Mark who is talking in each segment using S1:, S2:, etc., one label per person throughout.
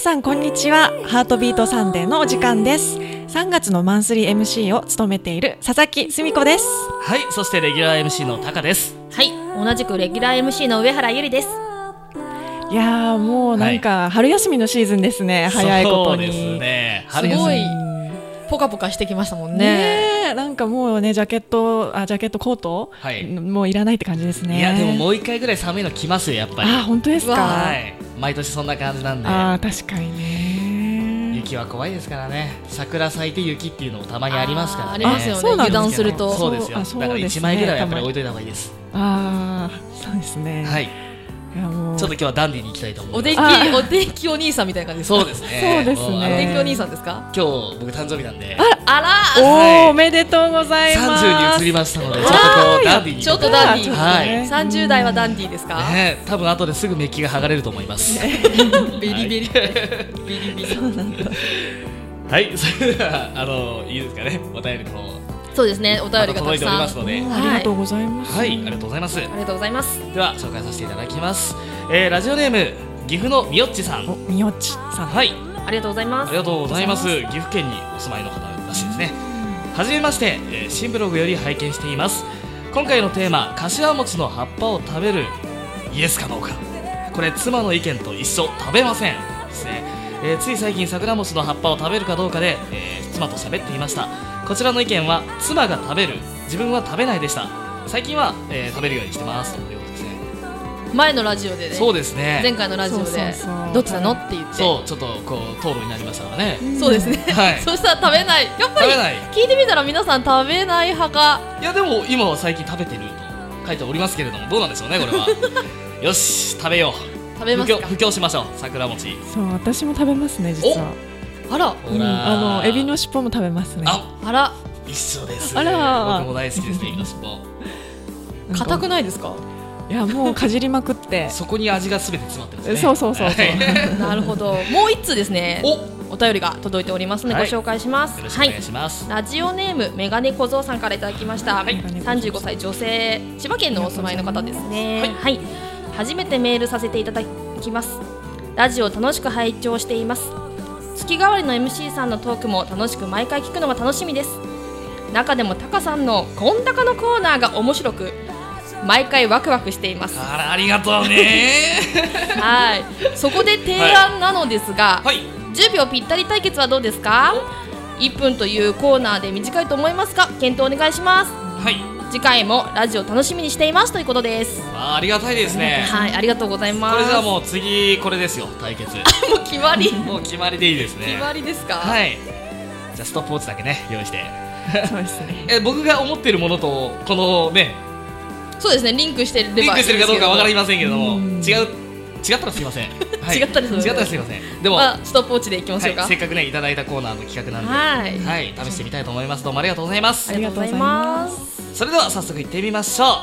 S1: ちはハートビートサンデーのお時間です3月のマンスリー MC を務めている佐々木すみ子です
S2: はい、そしてレギュラー MC のタカです。
S3: はい、同じくレギュラー MC の上原ゆりです。
S1: いやーもうなんか春休みのシーズンですね、早いことに
S2: そうですね。
S3: す
S2: 春休
S3: ご
S2: み
S3: いポカポカしてきましたもんね。
S1: ねえなんかもうねジャケットあジャケットコート、
S2: はい
S1: もういらないって感じですね
S2: いやでももう一回ぐらい寒いの来ますよやっぱり。
S1: あ本当ですか、
S3: うわ
S2: はい。毎年そんな感じなんで。
S1: あー確かにね
S2: 雪は怖いですからね。桜咲いて雪っていうのもたまにありますからね。
S3: あーありますよね
S1: あそうなんですね
S3: 油断すると
S2: そうですよ。
S1: あそう
S2: だから
S1: です
S2: 一
S1: ね
S2: 枚ぐらいやっぱり置いといた方がいいです。
S1: あーそうですね、、
S2: はいい。
S1: やもう
S2: ちょっと今日はダンディに行きたいと思います。
S3: お天気
S1: あー
S3: お天気お兄さんみたいな感じですか。
S2: そうですね。
S1: そうですね
S2: もあ
S3: お
S2: の
S3: 天気お兄さんですか。
S2: 今日僕誕生日なんで。
S3: あ
S1: おー、
S2: はい
S1: おめでとうございます
S2: 30に移りましたので、ちょっとこうダンディに。
S3: ちょっとダン
S1: あー
S3: ディ
S1: ちょっと
S2: はい
S1: ね
S3: ら、三十代はダンディーですか。
S2: ね、多分後ですぐメッキが剥がれると思います。
S3: ビリビリってビリビリ。
S2: はい、それではあのいいですかね、お便りの方、
S3: そうですね、お便
S2: また
S3: りがた
S2: 届
S3: く
S2: いており
S3: さん。
S2: ますので、
S1: ありがとうございます、
S2: はい、ありがとうございます。
S3: ありがとうございます。
S2: では紹介させていただきます。えー、ラジオネーム岐阜のみよっちさん、
S1: おみよっちさん
S2: はい、
S3: ありがとうございま
S2: あ
S3: す
S2: り。がとうございます。岐阜県にお住まいの方らしいですね。はじめまして、えー新ブログより拝見しています。今回のテーマ、柏餅の葉っぱを食べるイエスかノーか。これ妻の意見と一緒食べませんですね、えーつい最近桜餅の葉っぱを食べるかどうかで、えー妻と喋っていましたこちらの意見は妻が食べる自分は食べないでした最近は、えー食べるようにしてますということですね
S3: 前のラジオでね、
S2: そうですね
S3: 前回のラジオ
S1: そうそう
S3: で
S1: そう
S3: どっちなのって言って。
S2: そうちょっとこう討論になりましたからね
S3: そうですね。
S2: はい
S3: そしたら食べない。やっぱり
S2: 食べない
S3: 聞いてみたら皆さん食べない派が
S2: いやでも今は最近食べてると書いておりますけれどもどうなんでしょうねこれはよし食べよう
S3: 食べま
S2: 布
S3: す
S2: 教
S3: か
S2: 布。教しましょう桜餅
S1: そう私も食べますね実は
S3: あら
S2: ほ
S1: うん、
S2: ら
S1: あのエビの尻尾も食べますね
S2: あ
S3: あら
S2: 一緒です
S1: あら
S2: 僕も大好きですねエビの尻尾
S1: なんか
S3: 硬くないですか。
S1: いやもうかじりまくって
S2: そこに味がすべて詰まってます
S1: え
S2: ね。
S1: そうそうそうそう、
S2: はい
S3: なるほど。もう一通ですね。
S2: お、よ
S3: お便りが届いておりますので、
S2: はい
S3: ご紹介します。
S2: ろしくお願いします。
S3: ラジオネームメガネ小僧さんからいただきました。
S2: はい
S3: 35歳女性、千葉県のお住まいの方ですね。
S2: はい
S3: はい、初めてメールさせていただきます。ラジオ楽しく拝聴しています。月替わりの MC さんのトークも楽しく毎回聞くのが楽しみです。中でもタカさんのコンタカのコーナーが面白く、毎回ワクワクしています。
S2: あら、ありがとうね。
S3: はい。そこで提案なのですが、
S2: はい、
S3: 10秒ぴったり対決はどうですか1分というコーナーで短いと思いますか検討お願いします
S2: はい、
S3: 次回もラジオ楽しみにしていますということです
S2: あー、ありがたいですね。
S3: はいありがとうございます
S2: これじゃあもう次これですよ対決。
S3: うもう決 まり決
S2: もう決まりでいいですね。
S3: まりですか、
S2: はい。じゃあストップウォッチだけね用意して。
S1: そうですね
S2: え、僕が思ってるものとこのね
S3: そうですねリンクしてれば
S2: リンクしてるかどうかわかり
S3: ま
S2: ませんけれども
S1: うん
S2: 違う違ったらすいません。は
S3: 違ったらすいません
S2: 違ったらすいません。でも。
S3: まあ、ストップウォッチでいきまし
S2: は
S3: ょう
S2: い
S3: か、、
S2: せっかくねいただいたコーナーの企画なんで、
S3: はい
S2: はい、試してみたいと思います。どうもありがとうございます
S3: あ。りがとうございます
S2: それでは早速行ってみましょう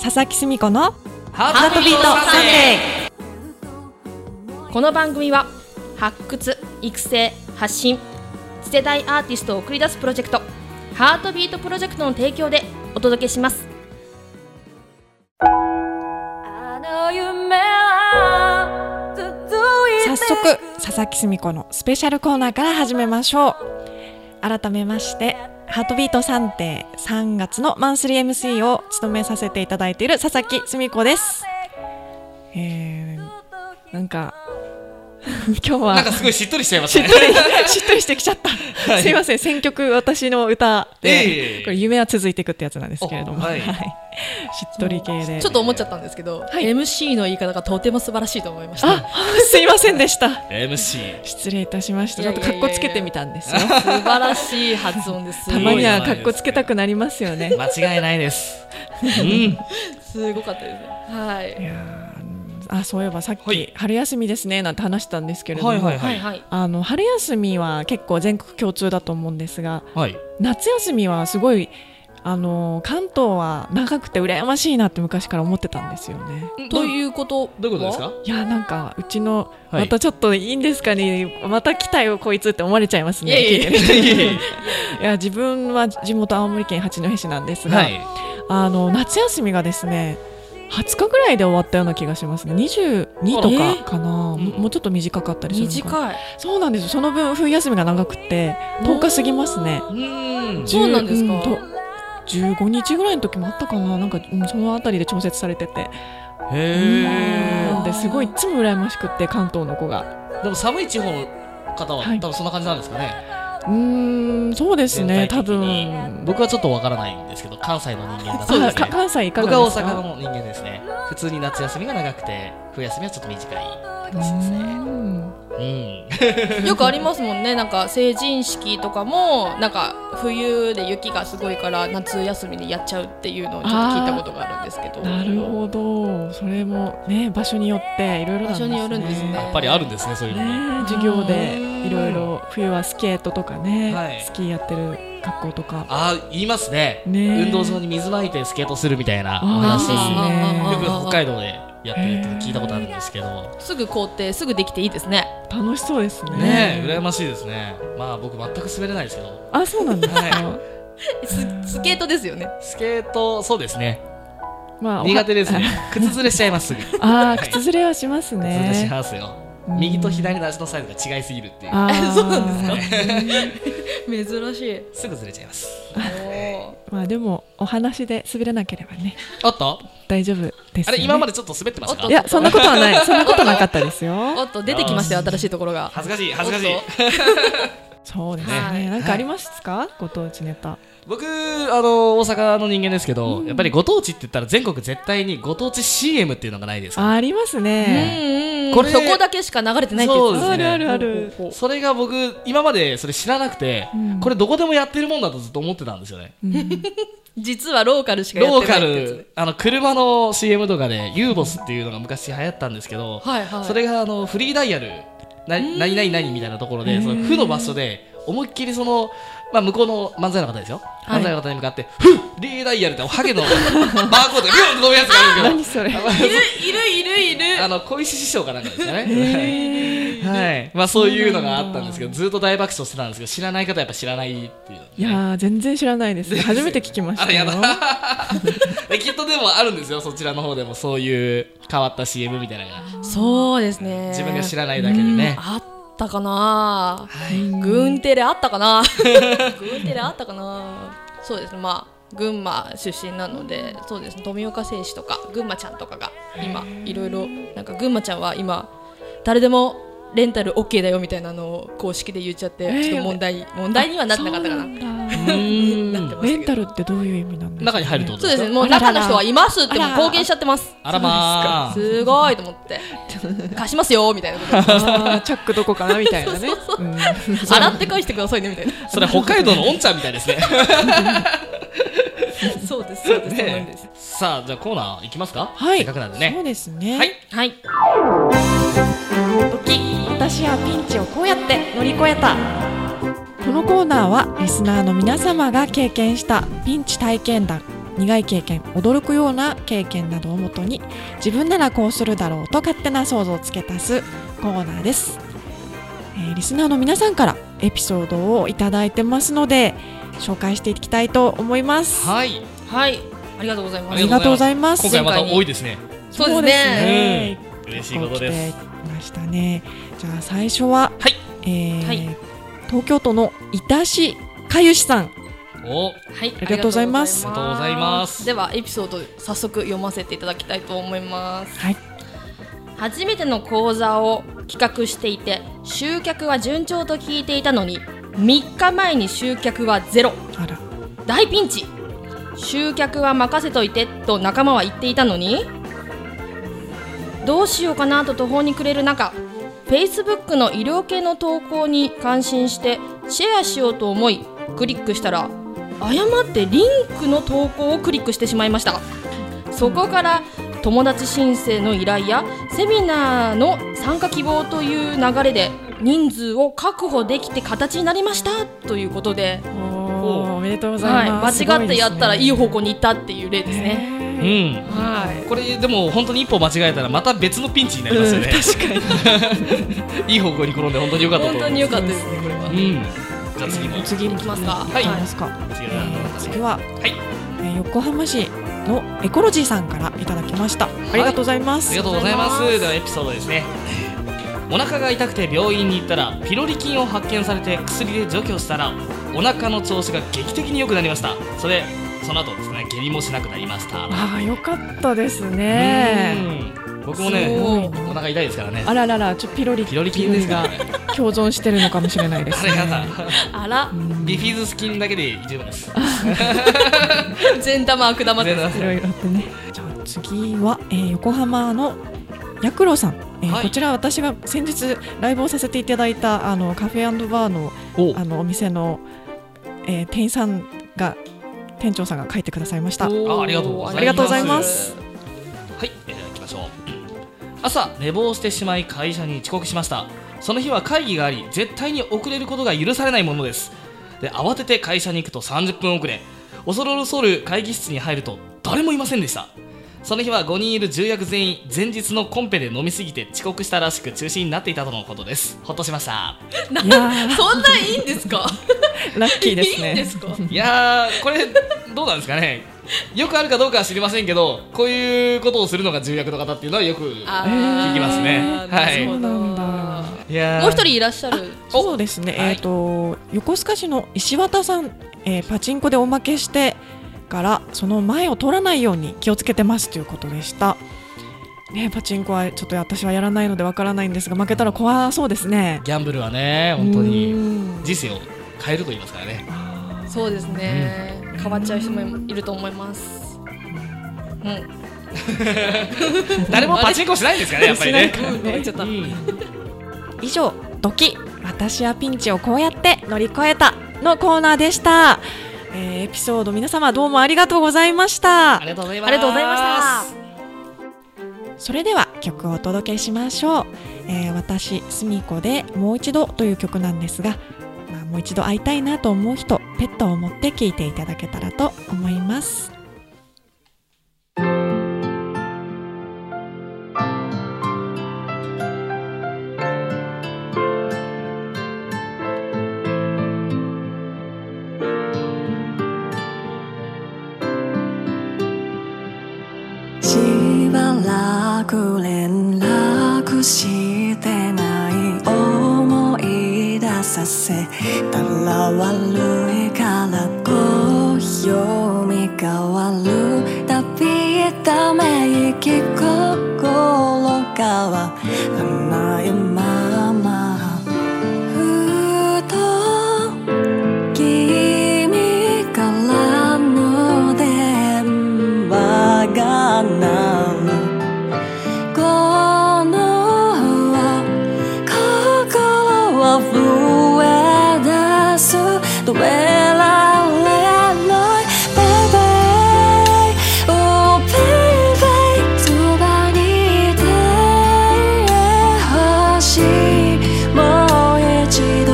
S1: 佐々木すみ子の
S2: ハ
S1: ハートビートサンデー
S3: この番組は発掘育成発信次世代アーティストを送り出すプロジェクト「ハートビートプロジェクト」の提供でお届けします
S1: 早速佐々木すみ子のスペシャルコーナーから始めましょう改めましてハートビート3定3月のマンスリー MC を務めさせていただいている佐々木すみ子ですえー、なんか 今日は
S2: なんかすごいしっとりしちゃいま
S1: し
S2: し
S1: たっ
S2: ね
S1: とり、 しっとりしてきちゃった。
S2: い
S1: すいません、選曲、私の歌
S2: えいえいえ
S1: で、これ夢は続いていくってやつなんですけれども、
S2: お
S1: は
S2: はい
S1: い、しっとり系で。
S3: ちょっと思っちゃったんですけど、
S1: い
S3: MC の言い方がとても素晴らしいと思いました。
S1: あ、すいませんでした。
S2: MC
S1: 失礼いたしました。
S3: い
S1: ちょ
S3: や
S1: っ
S3: い
S1: と
S3: やい
S1: か
S3: やい
S1: っこつ
S3: や
S1: けてみたんですよ。
S3: 素晴らしい発音 です。
S1: たまにはかっこつけたくなりますよね。
S2: 間違いないですうん
S3: すごかったですね。はい
S1: い。やーあ、そういえばさっ
S2: は
S1: き
S2: い
S1: 春休みですねなんて話したんですけれども、
S3: はいはい。
S1: あの春休みは結構全国共通だと思うんですが、
S2: はい
S1: 夏休みはすごいあの関東は長くて羨ましいなって昔から思ってたんですよね。
S3: ということは
S2: どういうことですか
S1: いやなんかうちの、
S2: はい
S1: またちょっといいんですかねまた来たよこいつって思われちゃいます
S3: い
S1: ね。
S3: やいやい やいやいや。
S1: いや自分は地元青森県八戸市なんですが、
S2: はい
S1: あの夏休みがですね20日ぐらいで終わったような気がしますね22とかかな、
S2: え
S1: ももうちょっと短かったりするのかないそうなんですよその分冬休みが長くて10日過ぎますね
S2: うーん
S3: そうなんですか
S1: 10と15日ぐらいの時もあったかななんか、うんそのあたりで調節されてて
S2: へ
S1: なんですごいいつも羨ましくって関東の子が
S2: えでも寒い地方の方は
S1: はい
S2: 多分そんな感じなんですかね
S1: うーんそうですね
S2: 全
S1: 多
S2: 体的に
S1: 分
S2: 僕はちょっとわからないんですけど関西の人間だ
S1: そうです
S2: ね
S1: か関西いか
S2: 僕
S1: が
S2: は
S1: で
S2: 大
S1: すか
S2: 阪の人間ですね普通に夏休みが長くて冬休みはちょっと短い形ですね
S1: うん
S2: うん
S3: よくありますもんねなんか成人式とかもなんか冬で雪がすごいから夏休みにやっちゃうっていうのをちょっと聞いたことがあるんですけど
S1: なるほどそれもね場所によっていろいろなんですね
S3: 場所によるんですね
S2: やっぱりあるんですねそういうのね
S1: ね授業でいろいろ冬はスケートとかね、
S2: はい
S1: スキーやってる学校とか
S2: ああ言いますね
S1: ねえ
S2: 運動場に水まいてスケートするみたいな
S1: あ
S2: 話よ
S1: ー
S2: く北海道でやってるって聞いたことあるんですけど
S3: すぐ凍ってすぐできていいですね
S1: 楽しそうですね
S2: ねえ羨ましいですねまあ僕全く滑れないですけど
S1: あそうなんですか、
S2: は
S3: ススケートですよね
S2: スケートそうですね
S1: まあ
S2: 苦手ですね靴ずれしちゃいますすぐ靴
S1: ああ靴ずれはします
S2: ずれし
S1: ね
S2: ますよ右と左の足のサイズが違いすぎるっていう
S1: あ ー
S3: そうなん珍しい
S2: すぐずれちゃいます
S3: おー
S1: まあでもお話で滑らなければね
S2: おっと
S1: 大丈夫です、ね、
S2: あれ今までちょっと滑ってました
S3: お
S2: か
S3: っ
S1: いやそんなことは ないそんなことなかったです
S3: お
S1: よ
S3: っと出てきましたよ新しいところが
S2: 恥ずかしい恥ずかしい
S3: おっと
S1: そうです
S3: は
S1: ね
S3: い
S1: なんかありますか、ご当地ネタ
S2: 僕あの大阪の人間ですけど、やっぱりご当地って言ったら全国絶対にご当地 CM っていうのがないですか
S1: あありますね、
S3: うんうん
S2: これ
S3: そこだけしか流れてないってやつ
S2: そうですね
S1: あるあるある
S3: ほうほうほ
S2: それが僕今までそれ知らなくて、
S1: うん
S2: これどこでもやってるもんだとずっと思ってたんですよね
S3: う実はローカルしかや
S2: ロ
S3: っ
S2: ー
S3: てな
S2: カ
S3: いってやつ
S2: ルあの車の CM とかでユーボスっていうのが昔流行ったんですけど、
S3: はいはい
S2: それがあのフリーダイヤルな何々何みたいなところでその負の場所で思いっきりその、まあ、向こうの漫才の方ですよ、
S3: は
S2: 漫
S3: い
S2: 才の方に向かって「フリーダイヤル」っておはげの バーコードがビュンと飛ぶやつがあるん
S1: 何
S2: です
S1: それ
S2: けど
S3: いるいるいるいる
S2: あの小石師匠かなんかですよね。はい、まあ、そういうのがあったんですけど、ずっと大爆笑してたんですけど、知らない方はやっぱ知らないっていう。
S1: いやー全然知らないです
S2: 全然
S1: 初めて聞きましたよ
S2: あらやえきっとでもあるんですよ、そちらの方でも、そういう変わった CM みたいなのが、
S3: そうですね
S2: 自分が知らないだけでね。
S3: あったかな、軍テレあったか な軍テレあったかなそうですねまあ群馬出身なのでそうですね富岡製紙とか群馬ちゃんとかが今いろいろなんか群馬ちゃんは今誰でもレンタル OK だよみたいなのを公式で言っちゃって、
S1: えー
S3: ちょっと問題問題にはなってなかったかな
S1: そうなんだ
S2: うーん
S3: なってま
S1: レ
S3: し
S1: ン
S3: た
S1: タ
S3: けど
S1: ルってどういう意味なんですか、
S2: 中に入るってこと
S3: そう
S2: です
S3: で
S2: か
S3: すねもう中の人はいますってもう公言しちゃってます
S2: あらまあ。
S3: すごいと思って貸しますよみたいな こと
S1: あーチャックどこかなみた いなね。うん
S3: 洗って返してくださいねみたいな
S2: それ北海道のおんちゃんみたいですね。
S3: そうですそうです、そうなん
S2: ね
S3: です
S2: さあ、じゃあコーナー行きますか
S1: はい。
S2: せっかくなんで
S1: そ
S2: ね。
S1: うですね。
S2: はい。
S3: はい
S1: 時私はピンチをこうやって乗り越えた。このコーナーはリスナーの皆様が経験したピンチ体験談、苦い経験、驚くような経験などをもとに自分ならこうするだろうと勝手な想像をつけ足すコーナーです、えーリスナーの皆さんからエピソードをいただいてますので紹介していきたいと思います。あ
S2: はい。
S3: はい、ありがとうございま
S2: あ
S3: す
S1: り。がとうございます
S2: 今。回また多いですね。
S3: そうですね。
S1: ね
S2: 嬉しいことです。
S1: 来ましたね。じゃあ最初は、
S2: はい
S1: えー
S3: はい
S1: 東京都の伊田市かゆしさん。
S2: お
S3: はい、あ
S1: りがとうございます
S2: ありがとうございます
S3: ではエピソード早速読ませていただきたいと思います。
S1: はい。
S3: 初めての講座を企画していて、集客は順調と聞いていたのに、3日前に集客はゼロ。
S1: あら、
S3: 大ピンチ集客は任せといてと仲間は言っていたのにどうしようかなと途方に暮れる中 Facebook の医療系の投稿に感心してシェアしようと思いクリックしたら誤ってリンクの投稿をクリックしてしまいましたそこから友達申請の依頼やセミナーの参加希望という流れで人数を確保できて形になりましたということで
S1: おお、おめでとうござ
S3: はい
S1: ます。
S3: い、間違ってやったらいい
S1: よ
S3: 方向に行ったっていう例ですね。
S2: う
S1: ね。
S2: ん。
S3: はい。
S2: これでも本当に一歩間違えたらまた別のピンチになりますよね、確かに いい方向に転んで本当に良かったと
S3: 本
S2: 思う
S3: 当に良かったですね、これは。
S2: うんじゃあ次も
S1: 次も
S3: 行きますか
S1: はい、行きますか。
S2: 次
S1: え
S2: の方
S1: ー次は、
S2: はい
S1: えー横浜市のエコロジーさんからいただきました。ありがとうございま
S2: あ
S1: す。
S2: りがとうございま
S3: あり
S2: す。
S3: がとうございます
S2: ではエピソードですね。お腹が痛くて病院に行ったらピロリ菌を発見されて薬で除去したらお腹の調子が劇的に良くなりました。それその後ですね下痢もしなくなりました。
S1: ああ、よかったですね。
S2: うん僕もね
S1: すごい
S2: お腹痛いですからね
S1: あ。ららら、ちょっとピロリ
S2: ピロリ菌ですが、あ
S1: 共存してるのかもしれないです、
S2: れ
S1: ね。
S2: 皆さん
S3: あら
S1: う、ん
S2: ビフィズス菌だけで十分です。
S3: 善玉悪玉です。
S1: いろいろあってね。じゃあ次は、えー横浜のヤクロさん、えー
S2: はい
S1: こちら私が先日ライブをさせていただいたあのカフェバーの
S2: お
S1: あのお店の、えー店員さんが店長さんが書いてくださいました。
S3: おー
S2: あありがとうございます
S1: ありがとうございます
S2: はい、えー、行きましょう朝寝坊してしまい会社に遅刻しましたその日は会議があり絶対に遅れることが許されないものですで慌てて会社に行くと30分遅れ恐る恐る会議室に入ると誰もいませんでしたその日は5人いる重役全員前日のコンペで飲みすぎて遅刻したらしく中止になっていたとのことですほっとしました
S1: いや
S3: そんなんいいんですか？
S1: ーラッキーです
S3: いいん
S1: ね
S3: で。すか？
S2: いやーこれどうなんですかねよくあるかどうかは知りませんけどこういうことをするのが重役の方っていうのはよく
S3: あ
S1: ー
S2: 聞きますねはい
S1: そうなんだ
S2: いやー
S3: もう一人いらっしゃる。
S1: そうですね。
S2: は
S1: え
S2: い
S1: っ、と横須賀市の石渡さん、えーパチンコでおまけしてからその前を取らないように気をつけてますということでした。ねパチンコはちょっと私はやらないのでわからないんですが負けたら怖そうですね。
S2: ギャンブルはね、本当
S1: う
S2: に
S1: ん
S2: 人生を変えると言いますからね。
S1: あー
S3: そうですね。変わっちゃう人もいると思います。うん。
S2: 誰もパチンコしないんですかね、やっぱり
S1: し。
S2: ね
S1: ないからね
S3: うんちょっと
S2: うん
S1: 以上ドキ私はピンチをこうやって乗り越えたのコーナーでした。えーエピソード皆様どうもありがとうございました
S2: あ。りがとうございます。
S3: ありがとうございました。
S1: それでは曲をお届けしましょう、えー私すみこで「もう一度」という曲なんですが、まあ、もう一度会いたいなと思う人ペットを持って聴いていただけたらと思います
S4: しばらく連絡してない思い出させたら悪いからこう読み変わるたびため息心変わらないままふと君からの電話が鳴るこの心は震え出す止められない Baby Oh baby そばにいてほしいもう一度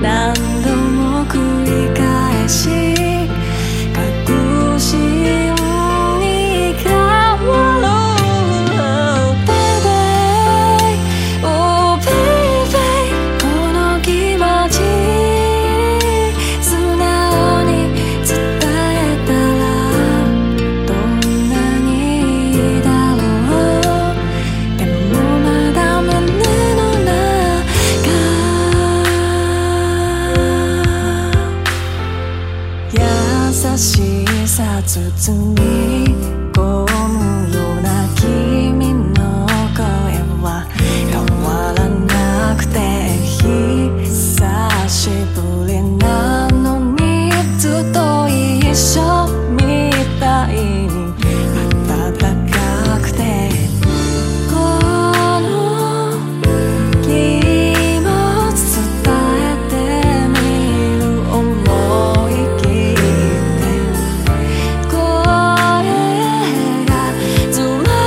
S4: 何度も繰り返し確信に変わる Baby Oh baby この気持ち素直に伝えたらどんなにいいだろうでもまだ胸の中優しさ包み込むような君の声は変わらなくて久しぶりなのにずっと一緒みたいに暖かくてこの気持ち伝えてみる想い切ってこれが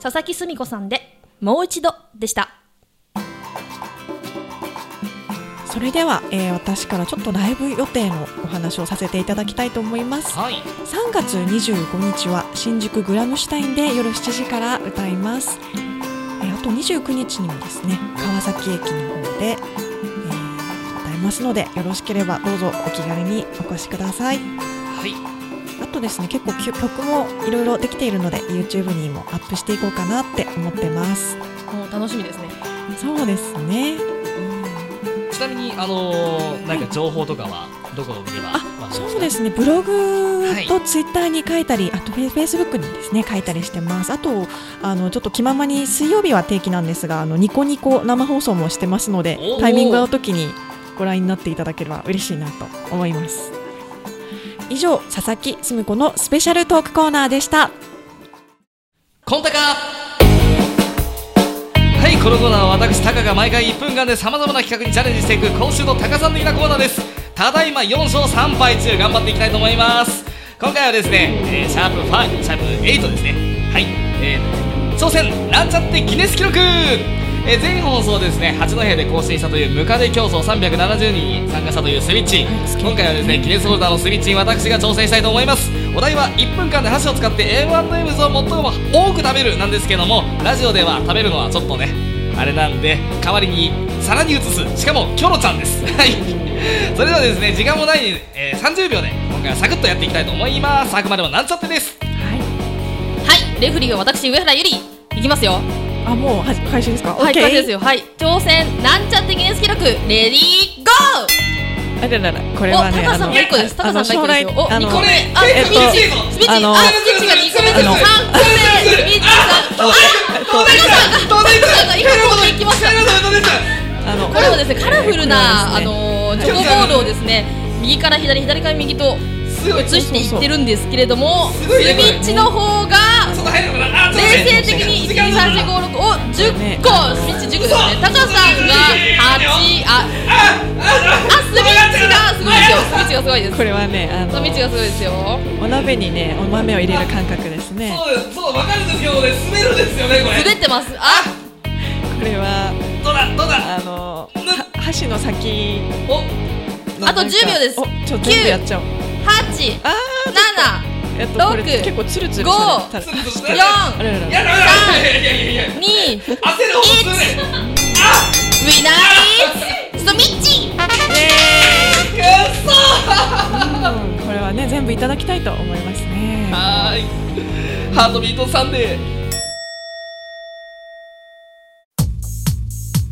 S3: 佐々木すみ子さんでもう一度でした
S1: それでは、えー私からちょっとライブ予定のお話をさせていただきたいと思います
S2: はい
S1: 3月25日は新宿グラムシュタインで夜7時から歌います、えーあと29日にもですね川崎駅の方で、えー歌いますのでよろしければどうぞお気軽にお越しください
S2: はい
S1: あとですね結構きゅ曲もいろいろできているので YouTube にもアップしていこうかなって思ってます
S3: もう楽しみですね
S1: そうですね
S2: ちなみにあのー、なんか情報とかはどこを見れば、まあ
S1: そうですすね、ブログ
S2: はい
S1: とツイッターに書いたり、あとフェイスブックにですね書いたりしてます。あとあのちょっと気ままに水曜日は定期なんですが、あのニコニコ生放送もしてますので
S2: おー、
S1: タイミングの時にご覧になっていただければ嬉しいなと思います。以上佐々木すみ子のスペシャルトークコーナーでした。
S2: コンタカはいこのコーナーは私タカが毎回1分間でさまざまな企画にチャレンジしていく今週のタカさん的なコーナーですただいま4勝3敗中頑張っていきたいと思います今回はですね、えーシャープ5シャープ8ですねはい、えー挑戦なんちゃってギネス記録えー全放送ですね八戸で更新したというムカデ競争370人に参加したというスイッチ今回はですねギネスホルダーのスイッチに私が挑戦したいと思いますお題は1分間で箸を使って A1M ズを最も多く食べるなんですけどもラジオでは食べるのはちょっとねあれなんで代わりに皿に移すしかもキョロちゃんですはいそれではですね時間もないので、えー30秒で今回はサクッとやっていきたいと思いますあくまでもなんちゃってです
S3: はいレフリーは私上原ゆりいきますよ
S1: あもうは開始ですか？
S3: はい、
S1: OK
S3: 大丈夫ですよ。はい、挑戦なんちゃってギネス記録、レディーゴ
S1: あ
S3: ー。
S1: らららこれはね
S3: お、高さんも一個です。
S1: あ
S3: 高
S1: の
S3: さんも一個ですよ。お、
S1: あの
S3: 二個目。あ、
S1: えっと
S3: スピーチ、スピーチ、
S1: あの
S3: あ、スピーチが二個
S1: あ
S3: 目で
S1: の
S3: す。三個目、スピーチが。あ、
S2: 飛んでいった飛んでいっ
S3: 高さんが今飛んでいきました。
S2: た飛んでいった
S1: あの
S3: これをですね、カラフルな、あ
S1: これはですね
S3: のー、チョコボールをですね、右から左、左から右と。
S2: すごい
S3: 移していってるんですけれども、ス
S2: す
S3: ピ
S2: ごいねこれ
S3: ーチの方が。
S2: ちょっと入るのかなあちょっと
S3: 冷
S2: ね
S3: 静的に
S2: 時間が
S3: 12345お10
S1: ね
S3: 個スピッチ10個ですねタカさんが8ああスピッチがすごいですよスピッチがすごいです
S1: これはねあ
S3: スピッチが
S1: の
S3: すごいですよ
S1: お鍋にねお豆を入れる感覚ですね。
S2: そうですそうわかるんですけどね滑るんですよねこれ
S3: 滑ってますあ
S1: これは
S2: どうだどうだ
S1: あのは箸の先
S2: お
S1: の
S3: あと
S1: なんか
S3: 10秒です
S1: おちょ全部やっちゃおう
S3: 8
S1: あ
S3: 7
S1: ーえっとこれ
S3: 六
S1: 結構ツルツル
S3: 五
S1: された
S2: ツルツル
S1: あ
S3: 4
S1: ららら
S2: いやだめだいやいやいやいや
S3: 2ウィ
S2: 焦る方すね
S3: ナ ーイスピッチ
S2: くっそ
S1: うんこれはね全部いただきたいと思いますね
S2: はーいハートビートサンデー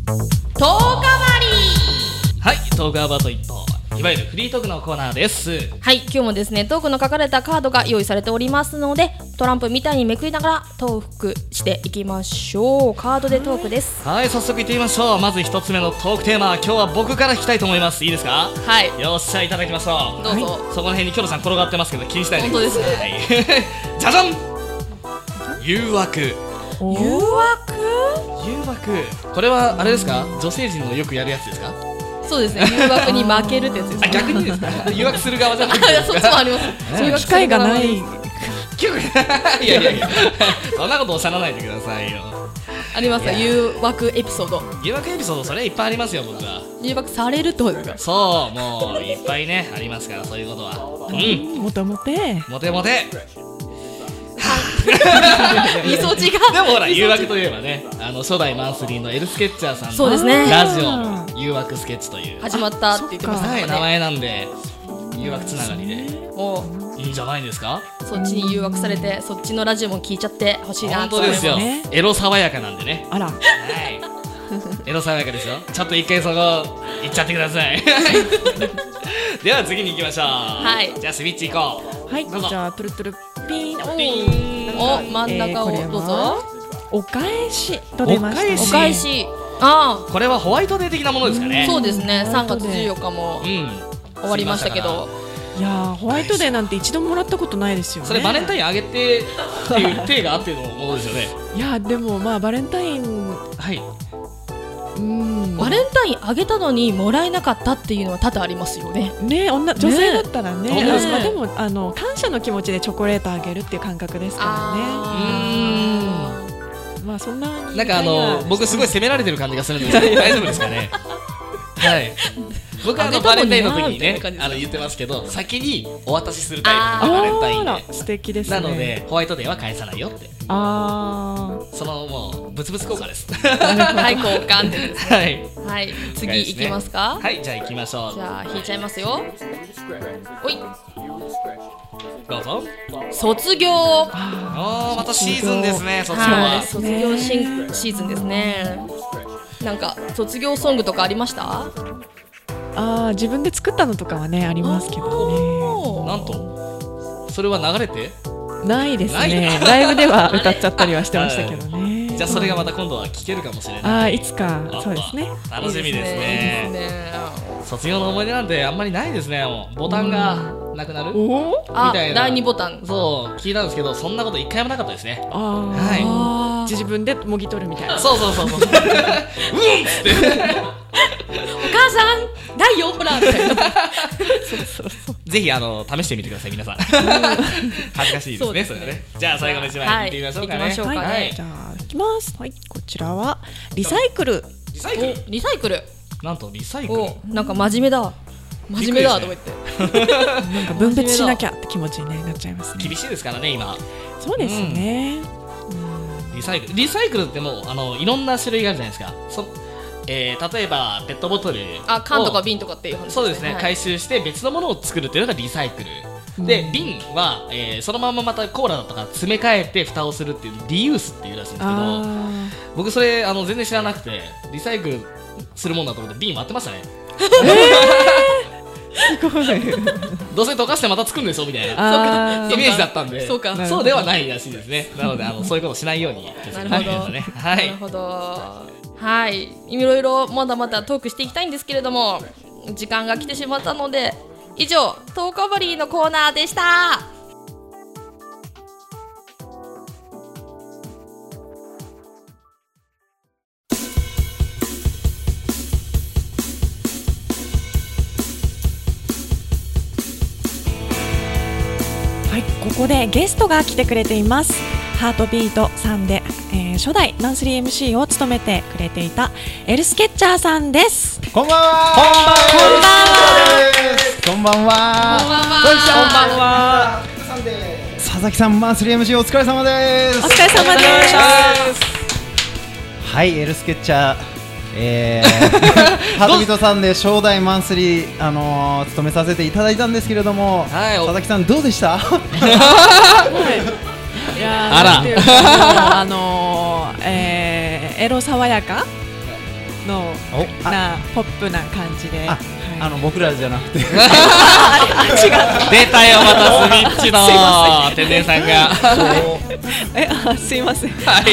S3: 10日割り
S2: はいトークアバート一歩いわゆるフリートークのコーナーです
S3: はい、今日もですね、トークの書かれたカードが用意されておりますので、トランプみたいにめくりながらトークしていきましょう。カードでトークです。
S2: はい早速いってみましょうまず一つ目のトークテーマ今日は僕から聞きたいと思いますいいですか
S3: はい、
S2: よっしゃいただきましょう
S3: どうぞ。
S2: そこの辺にキョロさん転がってますけど気にしないで
S3: 本当ですね
S2: はい じゃじゃん誘惑誘
S1: おー
S2: 惑これはあれですか女性陣のよくやるやつですか
S3: そうですね、誘惑に負けるってやつです
S2: あ
S3: ね。
S2: 逆にですか 誘惑する側じゃなくて
S3: あ そっちもあります。
S1: そういう機会がない
S2: 結構 いやいやいやそんなことおっしゃらないでくださいよ
S3: ありますよ、誘惑エピソード。
S2: 誘惑エピソードそれいっぱいありますよ僕は
S3: 誘惑されるってことですか
S2: そうもういっぱいねありますからそういうことはうん
S1: もともて
S2: モテモテ
S3: みそじが。
S2: でもほら誘惑といえばねあの初代マンスリーのエルスケッチャーさんの
S3: そうですね
S2: ラジオ誘惑スケッチという
S3: 始まったって言ってました
S2: は
S3: か
S2: い名
S3: らね。
S2: 前なんで誘惑つながりで
S3: も
S2: いいんじゃないですか
S3: う、そっちに誘惑されて、そっちのラジオも聞いちゃってほしいな
S2: 本
S3: と
S2: 当
S3: 思
S2: で
S3: いますす。
S2: よ
S1: ね
S2: エロ爽やかなんでね
S1: あら
S2: はいエロ爽やかですよちょっと一回そこ行っちゃってくださ いでは次に行きましょう
S3: い
S2: じゃあスイッチ行こう
S1: はい
S2: どうぞ
S1: じゃあトゥルトゥルピーンおー
S2: ピーン
S3: お、真ん中を
S1: えー
S3: どうぞ。
S1: お返しと出ました
S2: お返
S3: お
S2: し
S3: 返し。ああ。
S2: これはホワイトデー的なものですかね
S3: そうですね、3
S1: 本当
S3: 月
S1: ね
S3: 14日も
S2: うん
S3: 終わりましたけど、
S1: いやーホワイトデーなんて一度もらったことないですよね
S2: それバレンタ
S1: イ
S2: インあげてっていう手があってのものですよね
S1: ンいやーでもまあバレンタイン
S2: はい
S1: うん
S3: バレンタインあげたのにもらえなかったっていうのは多々ありますよね。
S1: ね女女性だったらね
S2: ね
S1: あまあでもあの感謝の気持ちでチョコレートあげるっていう感覚ですからね
S2: ー
S1: まあそんなに
S2: なんかあの僕すごい責められてる感じがするんですけど大丈夫ですかねはい僕はあの
S1: あ出た
S2: バ
S1: も
S2: レ
S1: ん
S2: ン
S1: な
S2: タインの時に
S1: み
S2: ね
S1: たいな感じですね
S2: あの言ってますけど先にお渡しするタイプ
S1: あ
S2: のバレンタイン
S1: ら
S2: で
S1: 素敵ですね
S2: なのでホワイトデーは返さないよって
S1: あー
S2: そのもうブツブツ交換です
S3: はい交換って
S2: はい
S3: はい次いきますか
S2: はいじゃあ行きましょ
S3: じゃあ引いちゃいますよおいう
S2: どうぞ
S3: 卒業
S2: あーまたシーズンですね卒業
S3: は、
S2: はい
S3: 卒業シンシーズンですね。なんか卒業ソングとかありました？
S1: あー自分で作ったのとかはねありますけどね
S2: なんとそれは流れて
S1: ないです
S2: な
S1: ねライブでは歌っちゃったりはしてましたけどね
S2: じゃあそれがまた今度は聞けるかもしれない
S1: あーいつかそうですね
S2: あ楽しみです
S3: いい
S2: ね
S3: ですね
S2: 卒業の思い出なんてあんまりないですねもうボタンがなくなるみ
S1: おお
S3: あ、
S2: たいな
S3: 第二ボタン。
S2: そう聞いたんですけどそんなこと一回もなかったですね
S1: あー、
S2: は
S1: 自分でもぎ取るみたいな
S2: そうそう そうそううんっつって
S3: お母さん、第四ほ らみたいな。
S2: ぜひあの試してみてください皆さ ん恥ずかしいですねそ
S3: そうですね
S2: れはねじゃあ最後の一枚
S3: はい
S2: 聞いてみましょうかね、
S3: 行きましょうかね
S2: はい
S1: じゃあいきますはいこちらはリサイクル
S2: リサイクル
S3: お、リサイクル。
S2: なんとリサイクル
S3: お、なんか真面目だわ。真面目だわと
S2: び
S3: か
S2: っ
S3: 言って。
S1: なんか分別しなきゃって気持ちにねなっちゃいますね
S2: 厳しいですからね今
S1: そうですね、
S2: リサイクルリサイクルってもうあのいろんな種類があるじゃないですかそ、えー例えばペットボトル
S3: あ、缶とか
S2: を
S3: 瓶とかっていう話。
S2: そうですね、
S3: はい
S2: 回収して別のものを作るというのがリサイクル、
S1: うん
S2: で瓶は、えーそのまままたコーラだとか詰め替えて蓋をするっていうリユースっていうらしいんですけど
S1: あ
S2: 僕それあの全然知らなくてリサイクルするもんだと思って瓶割ってましたね
S1: ーすごい
S2: どうせ溶かしてまた作るんでしょみたいな
S1: あ
S2: イメージだったんで
S3: そうか
S2: そうではないらしいですねなのであのそういうことしないように
S3: なるほど。
S2: ねは
S3: ないるほど。はい。いろいろまだまだトークしていきたいんですけれども、時間が来てしまったので、以上トーカバリーのコーナーでした。
S1: はいここでゲストが来てくれていますハートビートさんで、えー初代マンスリー MC を務めてくれていたエルスケッチャーさんです
S5: こんばんは。こんばんは。こんばんは。佐々木さん、マンスリー MC お疲れ様です
S1: お。疲れ様です
S5: はい、エルスケッチャー。え ー、ハートビートさんで初代マンスリー、あのー、務めさせていただいたんですけれども、
S2: はい
S5: 佐々木さんどうでした？
S1: いや
S2: あら
S1: なんて いうかあのーえーエロ爽やかの
S5: おあ
S1: なポップな感じで
S5: あ
S1: はい
S5: あの僕らじゃな くて、
S2: 出たよまたスイッチの天然さんが
S1: えあすいません、あ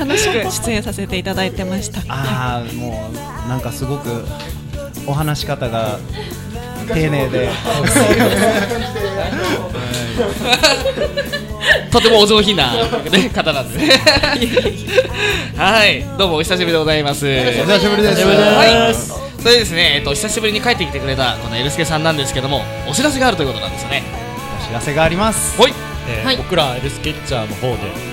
S1: の楽しく出演させていただいてました
S5: ああもうなんかすごくお話し方が丁寧で。
S2: とてもお上品な、ね、方なんですねはいどうもお久しぶりでございます
S5: お久しぶりです。
S2: はい、それでですね、えっと、久しぶりに帰ってきてくれたこのエルスケさんなんですけどもお知らせがあるということなんですよね
S5: お知らせがあります。
S2: はい
S6: えー
S3: はい
S6: 僕らエルスケッチャーの方で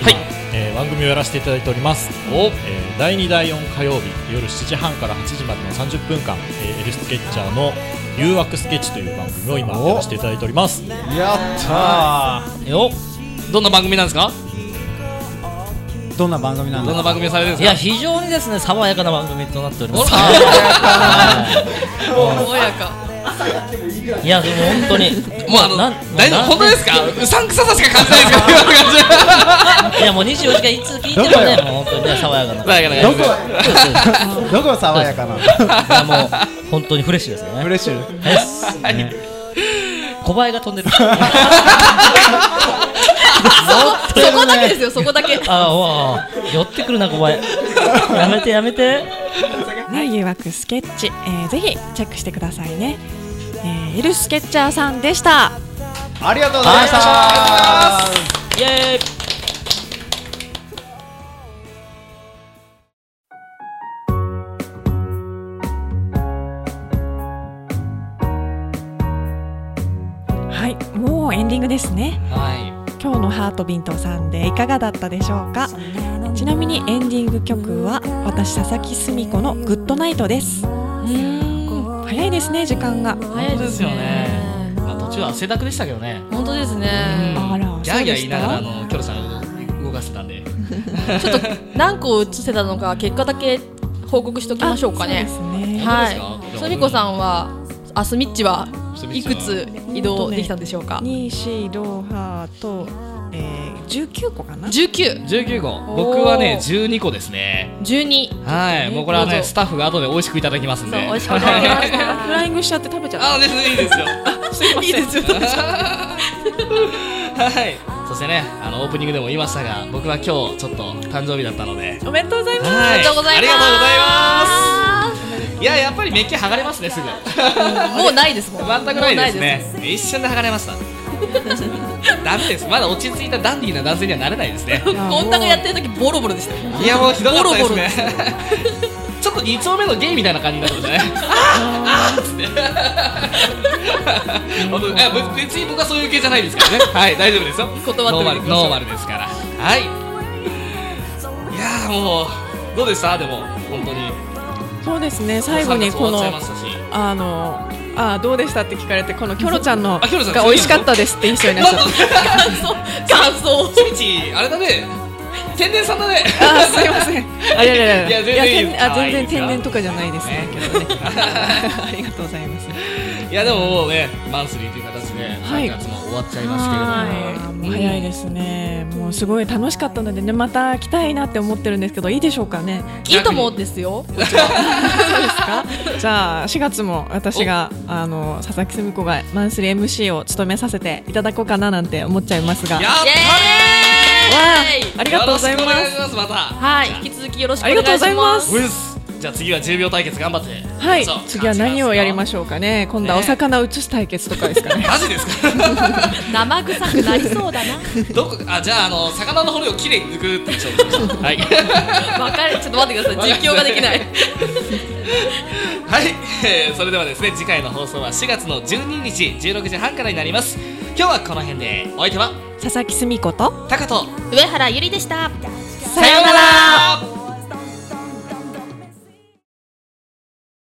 S6: 今、
S2: はい
S6: えー番組をやらせていただいております、
S2: お
S6: えー第2第4火曜日夜7時半から8時までの30分間、えーエルスケッチャーの「誘惑スケッチ」という番組を今
S5: お
S6: やらせていただいております
S5: やった
S2: よどんな番組なんですか
S5: ー。どんな番組なんで
S2: どんな
S5: すか。
S2: 番組をされてるん
S7: い
S2: です
S7: や
S2: か
S7: 非常にですね爽やかな番組となっております。
S3: 爽やか。
S7: いやで も本当に
S2: もうあの
S7: なん
S2: 大丈夫本当ですかうさんくささしか感じないですか今の感じ
S7: いやもう24時間いつ聞いても ねもう本当にね爽やかな。
S2: だから
S5: どこ
S7: そうですそうです
S5: どこが爽やかな。
S7: いやもう本当にフレッシュですよね。
S5: 嬉しい。
S7: ですね。小林が飛ん でる。
S3: そそこだけですよ。そこだけ。
S7: あおーおー寄ってくるな小林。やめてやめて。
S1: ね誘惑スケッチ、えーぜひチェックしてくださいね、えー、エルスケッチャーさんでした
S5: ありがとうございました。
S7: イエーイ。
S1: はいもうエンディングですね
S2: は
S1: 今日のハートビントさんでいかがだったでしょうか、えちなみにエンディング曲は私佐々木澄子のグッドナイトです早いですね時間が
S3: 早い
S2: 当
S3: で
S2: ですすよね
S3: ね。
S2: まあ、途中汗だくでしたけどね
S3: 本当ですね。
S1: あら
S2: ギャーギャー
S1: そうでした
S2: 言いながらあのキョロさんを動かせたんで
S3: 何個映せたのか結果だけ報告しときましょうかね。
S1: そうですね
S2: 本当
S3: は
S2: です
S3: い。
S2: か
S3: すみこさんは、あすみっちは
S2: スミッ
S3: い
S2: チは
S3: くつ移動できたんでしょうか。
S1: 2、4、6、8と、えー、19個かな
S3: 十九、
S2: 19個
S3: おー
S2: 僕はね12個ですね
S3: 十二。
S2: はいもうこれは
S3: どう
S2: ね
S3: ぞ
S2: スタッフが後で美味しくいただきますん
S3: そ
S2: で
S3: う、美味しくいただきま した。
S1: フライングしちゃって食べちゃった
S2: あですいいですよす いませんいいですよ はいそしてねあのオープニングでも言いましたが僕は今日ちょっと誕生日だったので
S1: おめでとうございます
S2: はい
S3: りがとう
S2: ありがとう
S3: ございます
S2: ございますいややっぱりメッキ剥がれますねすぐ
S3: もうないですもん。
S2: 全くないです
S3: もう
S2: ね一瞬で剥がれました ダメですまだ落ち着いたダンディーな男性にはなれないですね
S3: ないです。コンタクトやってる時ボロボロでしたよ。
S2: いやもうひどかったですね
S3: ボ
S2: ちょっと2丁目のゲイみたいな感じになったんじゃないあーあーっつって本当にいやぶ別に僕はそういう系じゃないですからねはい大丈夫ですよ
S3: 断ってお
S2: ノーマ
S3: い
S2: ル
S3: てください
S2: ノーマルですからはいいやーもうどうでしたでも本当に
S1: そうですね最後にこ
S2: お
S1: の
S2: 三月終わっちゃいましたし
S1: あのあどうでしたって聞かれてこのキョロちゃんの
S2: あキョロちゃん
S1: が美味しかったですって言いそうになっちゃっ た
S3: 感想、感想。
S2: スミチあれだね天然さんだね
S1: あすいませんあいやいやいや
S2: いや全然いいです
S1: いやあ全然
S2: 可
S1: 天
S2: 愛い
S1: 然とかじゃないですねけどね ありがとうございます
S2: いやでももうねマンスリーという形で
S1: はい
S2: 3月も終わっちゃいますけれども、
S1: はい早いですねもうすごい楽しかったのでねまた来たいなって思ってるんですけどいいでしょうかね
S3: いいと思うんですよ。
S1: じゃあ4月も私があの佐々木澄子がマンスリー MC を務めさせていただこうかななんて思っちゃいますが
S2: や
S1: わ
S2: っ
S3: イエーイ
S1: あありがとうございま
S2: よろ
S1: す
S2: しくお願いしますまた
S3: はい、引き続きよろしくお
S1: あ
S3: 願
S1: り
S3: いし
S1: が
S3: ます。
S1: とうございます
S2: うっすじゃあ次は10秒対決頑張って
S1: はい次は何をやりましょうかね今度はお魚を移す対決とかですか ね
S2: うマジですか
S3: 生臭くなりそうだ
S2: どこあじゃああの魚の骨をきれいに抜くっていう勝負し ましょう はい
S3: な。わかる、ちょっと待ってください。実況ができない。
S2: はい、えーそれではですね次回の放送は4月の12日16時半からになります今日はこの辺でお相手は
S1: 佐々木澄子と
S2: タカと
S3: 上原ゆりでした。
S1: さようなら
S2: ら